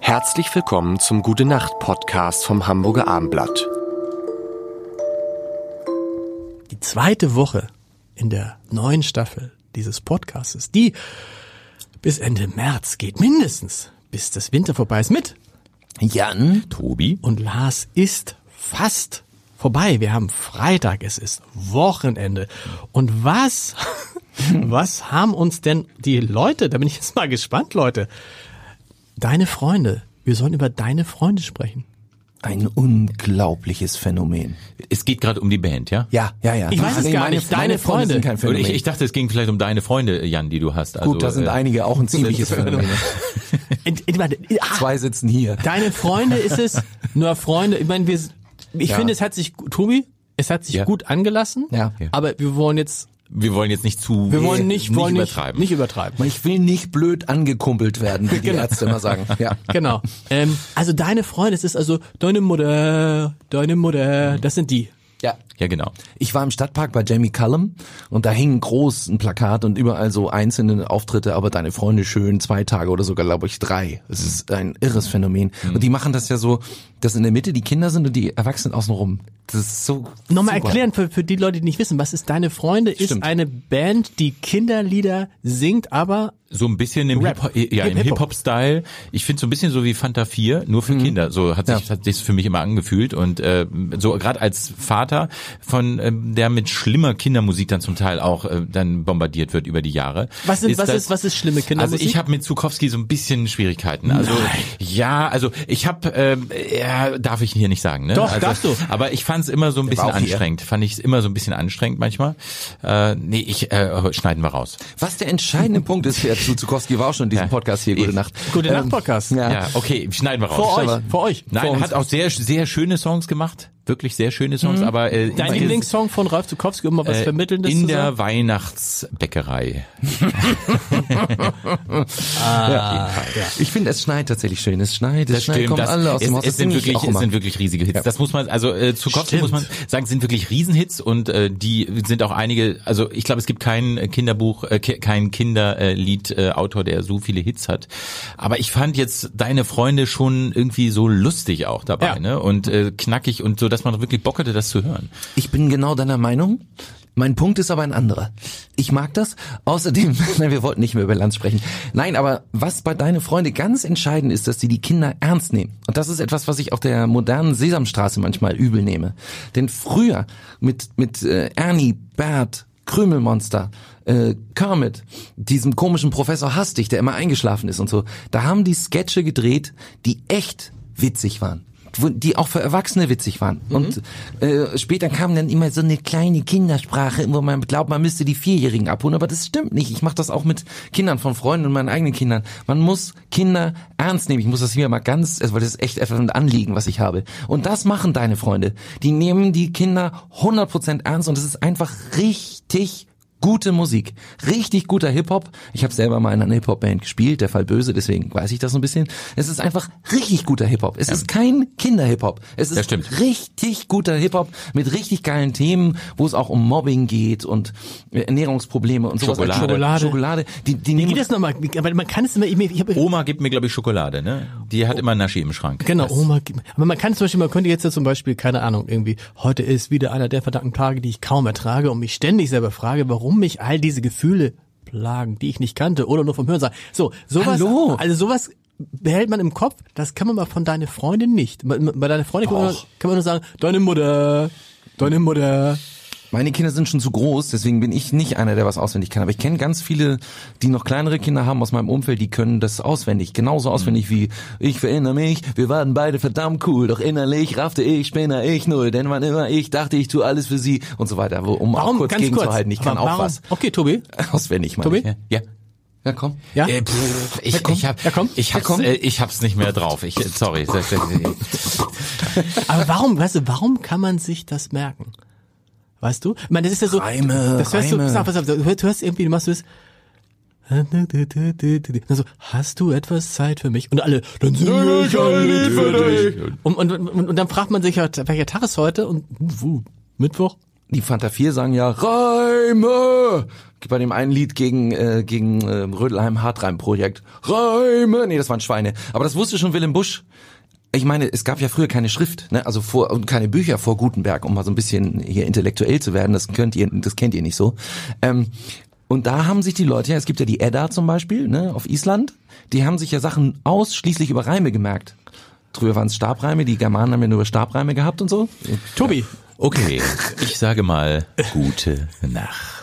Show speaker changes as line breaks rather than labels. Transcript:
Herzlich willkommen zum Gute Nacht Podcast vom Hamburger Armblatt.
Die zweite Woche in der neuen Staffel dieses Podcasts, die bis Ende März geht, mindestens bis das Winter vorbei ist mit.
Jan, Tobi.
Und Lars ist fast vorbei. Wir haben Freitag, es ist Wochenende. Und was, was haben uns denn die Leute, da bin ich jetzt mal gespannt, Leute, deine Freunde, wir sollen über deine Freunde sprechen.
Ein unglaubliches Phänomen.
Es geht gerade um die Band, ja?
Ja, ja, ja.
Ich weiß es
Nee,
gar
meine-
nicht. Deine
meine
Freunde.
sind kein
Oder
Phänomen.
ich, ich dachte, es ging vielleicht um deine Freunde, Jan, die du hast. Also,
Gut, da sind
äh,
einige auch ein ziemliches Phänomen.
Und, ich meine, ah,
Zwei sitzen hier.
Deine Freunde ist es, nur Freunde. Ich meine, wir, ich
Ja.
finde, es hat sich, Tobi, es hat sich
Ja.
gut angelassen.
Ja.
Aber wir wollen jetzt,
Wir wollen jetzt nicht zu.
wir wollen nicht, wollen nicht
übertreiben.
Nicht übertreiben.
Ich will nicht blöd angekumpelt werden, wie die Ärzte immer sagen. Ja.
Genau. ähm, also deine Freunde, es ist also deine Mutter, deine Mutter, das sind die.
ja.
ja, genau.
Ich war im Stadtpark bei Jamie Cullum und da hing groß ein Plakat und überall so einzelne Auftritte, aber deine Freunde schön, zwei Tage oder sogar, glaube ich, drei. Es ist ein irres Phänomen.
Mhm.
Und die machen das ja so, dass in der Mitte die Kinder sind und die Erwachsenen außenrum. Das ist so.
Nochmal
super.
erklären für, für die Leute, die nicht wissen, was ist deine Freunde? Ist
Stimmt.
eine Band, die Kinderlieder singt, aber
So ein bisschen im
Rap.
Hip-Hop, ja,
Hip-
im
Hip-Hop. Mhm.
Hip-Hop-Style. Ich finde so ein bisschen so wie Fanta 4, nur für Kinder. So hat sich,
Ja.
hat sich für mich immer angefühlt. Und äh, so gerade als Vater von ähm, der mit schlimmer Kindermusik dann zum Teil auch äh, dann bombardiert wird über die Jahre.
was sind, was
das-
ist, was ist schlimme Kindermusik?
Also ich habe mit Zukowski so ein bisschen Schwierigkeiten. Also ja, also ich habe, ähm, ja, darf ich hier nicht sagen. Ne?
Doch,
also,
darfst du.
Aber ich fand es immer so ein bisschen
war auch hier.
anstrengend. Fand ich es immer so ein bisschen anstrengend manchmal. Äh, nee, ich äh, schneiden wir raus.
Was der entscheidende Punkt ist, Herr Zuzukowski war auch schon in diesem
Ja.
Podcast hier. Gute
Ich-
Nacht.
Gute
Ähm,
Nacht Podcast.
ja.
Ja, okay, schneiden wir raus.
Vor euch,
aber-
vor euch.
Nein,
vor uns. Mhm.
hat auch sehr sehr schöne Songs gemacht, wirklich sehr schöne Songs, aber äh,
Dein
in-
Lieblingssong von Ralf Zukowski, um mal was
äh,
Vermittelndes
in
zu sagen?
der Weihnachtsbäckerei.
Ich finde, es schneit tatsächlich schön. Es schneit, es schneit, kommen
das-
alle aus
es,
dem Haus.
es sind
nehme ich
wirklich,
auch
es
immer.
sind wirklich riesige Hits. Das muss man, also äh, zu Kopf muss man sagen, es sind wirklich Riesenhits und äh, die sind auch einige, also ich glaube, es gibt kein äh, Kinderbuch, äh, ke- kein Kinderlied-Autor, äh, Autor, der so viele Hits hat. Aber ich fand jetzt deine Freunde schon irgendwie so lustig auch dabei,
Ja.
ne? Und äh, knackig und so, dass man wirklich Bock hatte, das zu hören.
Ich bin genau deiner Meinung. Mein Punkt ist aber ein anderer. Ich mag das. Außerdem, nein, wir wollten nicht mehr über Land sprechen. Nein, aber was bei deine Freunde ganz entscheidend ist, dass sie die Kinder ernst nehmen. Und das ist etwas, was ich auch der modernen Sesamstraße manchmal übel nehme. Denn früher mit, mit äh, Ernie, Bert, Krümelmonster, äh, Kermit, diesem komischen Professor Hastig, der immer eingeschlafen ist und so, da haben die Sketche gedreht, die echt witzig waren wo- die auch für Erwachsene witzig waren. Und äh, später kam dann immer so eine kleine Kindersprache, wo man glaubt, man müsste die Vierjährigen abholen, aber das stimmt nicht. Ich mache das auch mit Kindern von Freunden und meinen eigenen Kindern. Man muss Kinder ernst nehmen. Ich muss das hier mal ganz, also, weil das ist echt etwas ein Anliegen, was ich habe. Und das machen deine Freunde. Die nehmen die Kinder 100% ernst und es ist einfach richtig gute Musik, richtig guter Hip-Hop. Ich habe selber mal in einer Hip-Hop-Band gespielt, der Fall Böse, deswegen weiß ich das so ein bisschen. Es ist einfach richtig guter Hip-Hop. Es ist kein Kinder-Hip-Hop. Es
Das
ist
stimmt.
richtig guter Hip-Hop mit richtig geilen Themen, wo es auch um Mobbing geht und äh, Ernährungsprobleme und sowas.
Schokolade.
Schokolade. Schokolade. Die, die
Wie
nehmen
geht das nochmal? Aber man kann es immer, ich, ich hab,
Oma gibt mir, glaube ich, Schokolade, ne? Die hat immer Naschi im Schrank.
genau,
Das-
Oma, gib mir- aber man kann zum Beispiel, man könnte jetzt ja zum Beispiel, keine Ahnung, irgendwie, heute ist wieder einer der verdammten Tage, die ich kaum ertrage und mich ständig selber frage, warum mich all diese Gefühle plagen, die ich nicht kannte oder nur vom Hören sagen. So, sowas,
Hallo.
also sowas behält man im Kopf, das kann man mal von deiner Freundin nicht. Bei, bei deiner Freundin kann man,
Doch.
kann man nur sagen, deine Mutter, deine Mutter.
Meine Kinder sind schon zu groß, deswegen bin ich nicht einer, der was auswendig kann. Aber ich kenne ganz viele, die noch kleinere Kinder haben aus meinem Umfeld, die können das auswendig. Genauso auswendig
Mhm.
wie ich verinnere mich, wir waren beide verdammt cool, doch innerlich raffte ich, spinner ich null, denn wann immer ich dachte, ich tue alles für sie und so weiter. Wo- Um auch kurz gegenzuhalten, ich kann
aber
auch
warum-
was.
Okay, Tobi.
Auswendig, meine
Tobi?
ich.
Ja, ja.
Ja, komm.
Ja?
Äh, pff, ich,
komm.
ich, hab,
Ja, komm.
ich, hab's,
komm.
äh, ich hab's nicht mehr drauf. Ich, äh, sorry. Das, das,
Aber warum, weißt du, warum kann man sich das merken? Weißt du? Ich meine, das ist ja so.
Reime,
das hörst du,
Reime.
pass auf, pass auf, du hörst- du hörst irgendwie, du machst du das. Dann so, hast du etwas Zeit für mich? Und alle, dann sing ich ein Lied halt, für dich. Und, und, und, und dann fragt man sich, ja, welcher Tag ist heute? Und wuh, wuh, Mittwoch?
Die Fanta 4 sagen ja Reime bei dem einen Lied gegen äh, gegen äh, Rödelheim Hartreim Projekt. Reime, nee, das waren Schweine, aber das wusste schon Willem Busch. Ich meine, es gab ja früher keine Schrift, ne? also vor und keine Bücher vor Gutenberg, um mal so ein bisschen hier intellektuell zu werden. Das könnt ihr, das kennt ihr nicht so. Ähm, und da haben sich die Leute, ja, es gibt ja die Edda zum Beispiel, ne, auf Island, die haben sich ja Sachen ausschließlich über Reime gemerkt. Früher waren es Stabreime, die Germanen haben ja nur über Stabreime gehabt und so.
Tobi,
Okay, ich sage mal gute Nacht.